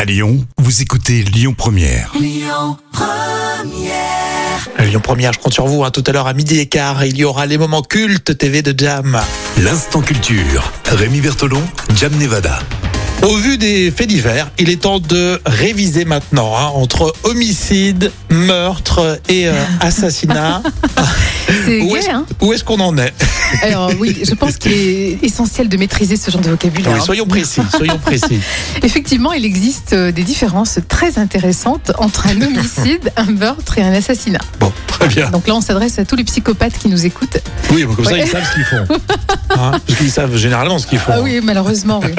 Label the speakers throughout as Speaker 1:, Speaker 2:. Speaker 1: À Lyon, vous écoutez Lyon Première.
Speaker 2: Euh, Lyon Première, je compte sur vous. hein. Tout à l'heure à midi et quart, il y aura les moments cultes TV de Jam.
Speaker 1: L'instant culture. Rémi Bertolon, Jam Nevada.
Speaker 2: Au vu des faits divers, il est temps de réviser maintenant hein, entre homicide, meurtre et euh, assassinat.
Speaker 3: C'est
Speaker 2: Où
Speaker 3: gay,
Speaker 2: est-ce
Speaker 3: hein
Speaker 2: où est-ce qu'on en est
Speaker 3: Alors oui, je pense qu'il est essentiel de maîtriser ce genre de vocabulaire. hein.
Speaker 2: Oui, Soyons précis, soyons précis.
Speaker 3: Effectivement, il existe euh, des différences très intéressantes entre un homicide, un meurtre et un assassinat.
Speaker 2: Bon, très bien.
Speaker 3: Donc là, on s'adresse à tous les psychopathes qui nous écoutent.
Speaker 2: Oui, bon, comme ça,
Speaker 3: Ouais.
Speaker 2: ils savent ce qu'ils font. Hein, parce qu'ils savent généralement ce qu'ils font.
Speaker 3: Ah oui, malheureusement, oui.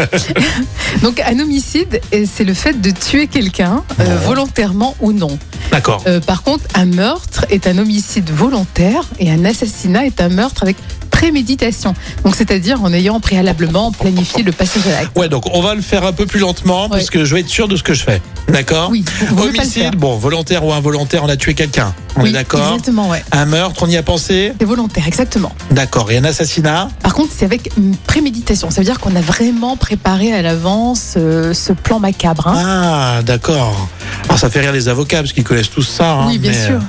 Speaker 3: Donc un homicide, eh, c'est le fait de tuer quelqu'un, euh, volontairement ou non.
Speaker 2: hein. D'accord.
Speaker 3: Euh, par contre, un meurtre est un homicide volontaire et un assassinat est un meurtre avec préméditation. Donc c'est-à-dire en ayant préalablement planifié le passage à l'acte.
Speaker 2: Ouais, donc on va le faire un peu plus lentement parce
Speaker 3: Ouais.
Speaker 2: que je vais être sûr de ce que je fais. D'accord
Speaker 3: Oui, vous pouvez pas le faire.
Speaker 2: Homicide, bon, volontaire ou involontaire, on a tué quelqu'un. On
Speaker 3: Oui,
Speaker 2: est d'accord
Speaker 3: Exactement, ouais.
Speaker 2: Un meurtre, on y a pensé
Speaker 3: C'est volontaire, exactement.
Speaker 2: D'accord. Et un assassinat
Speaker 3: Par contre, c'est avec une préméditation. Ça veut dire qu'on a vraiment préparé à l'avance euh, ce plan macabre. hein.
Speaker 2: Ah, d'accord. Alors, ça fait rire les avocats parce qu'ils connaissent tous ça. hein,
Speaker 3: oui, bien
Speaker 2: mais,
Speaker 3: sûr.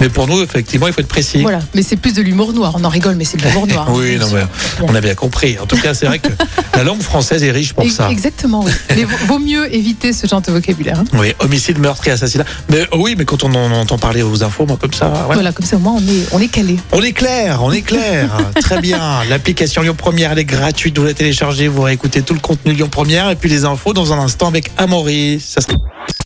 Speaker 2: Mais pour nous, effectivement, il faut être précis.
Speaker 3: Voilà, mais c'est plus de l'humour noir. On en rigole, mais c'est de l'humour noir.
Speaker 2: Oui,
Speaker 3: Bien
Speaker 2: non,
Speaker 3: sûr.
Speaker 2: mais on a bien compris. En tout cas, c'est vrai que la langue française est riche pour
Speaker 3: Ex-
Speaker 2: ça.
Speaker 3: Exactement, oui. Mais vaut vaut mieux éviter ce genre de vocabulaire. hein.
Speaker 2: Oui, homicide, meurtre et assassinat. Mais oh oui, mais quand on en entend parler aux infos, moi, comme ça. ouais.
Speaker 3: Voilà, comme ça au moins on est, on est calé.
Speaker 2: On est clair, on est clair. Très bien. L'application Lyon Première, elle est gratuite. Vous la téléchargez, vous réécoutez tout le contenu Lyon Première et puis les infos dans un instant avec Amaury. Ça se-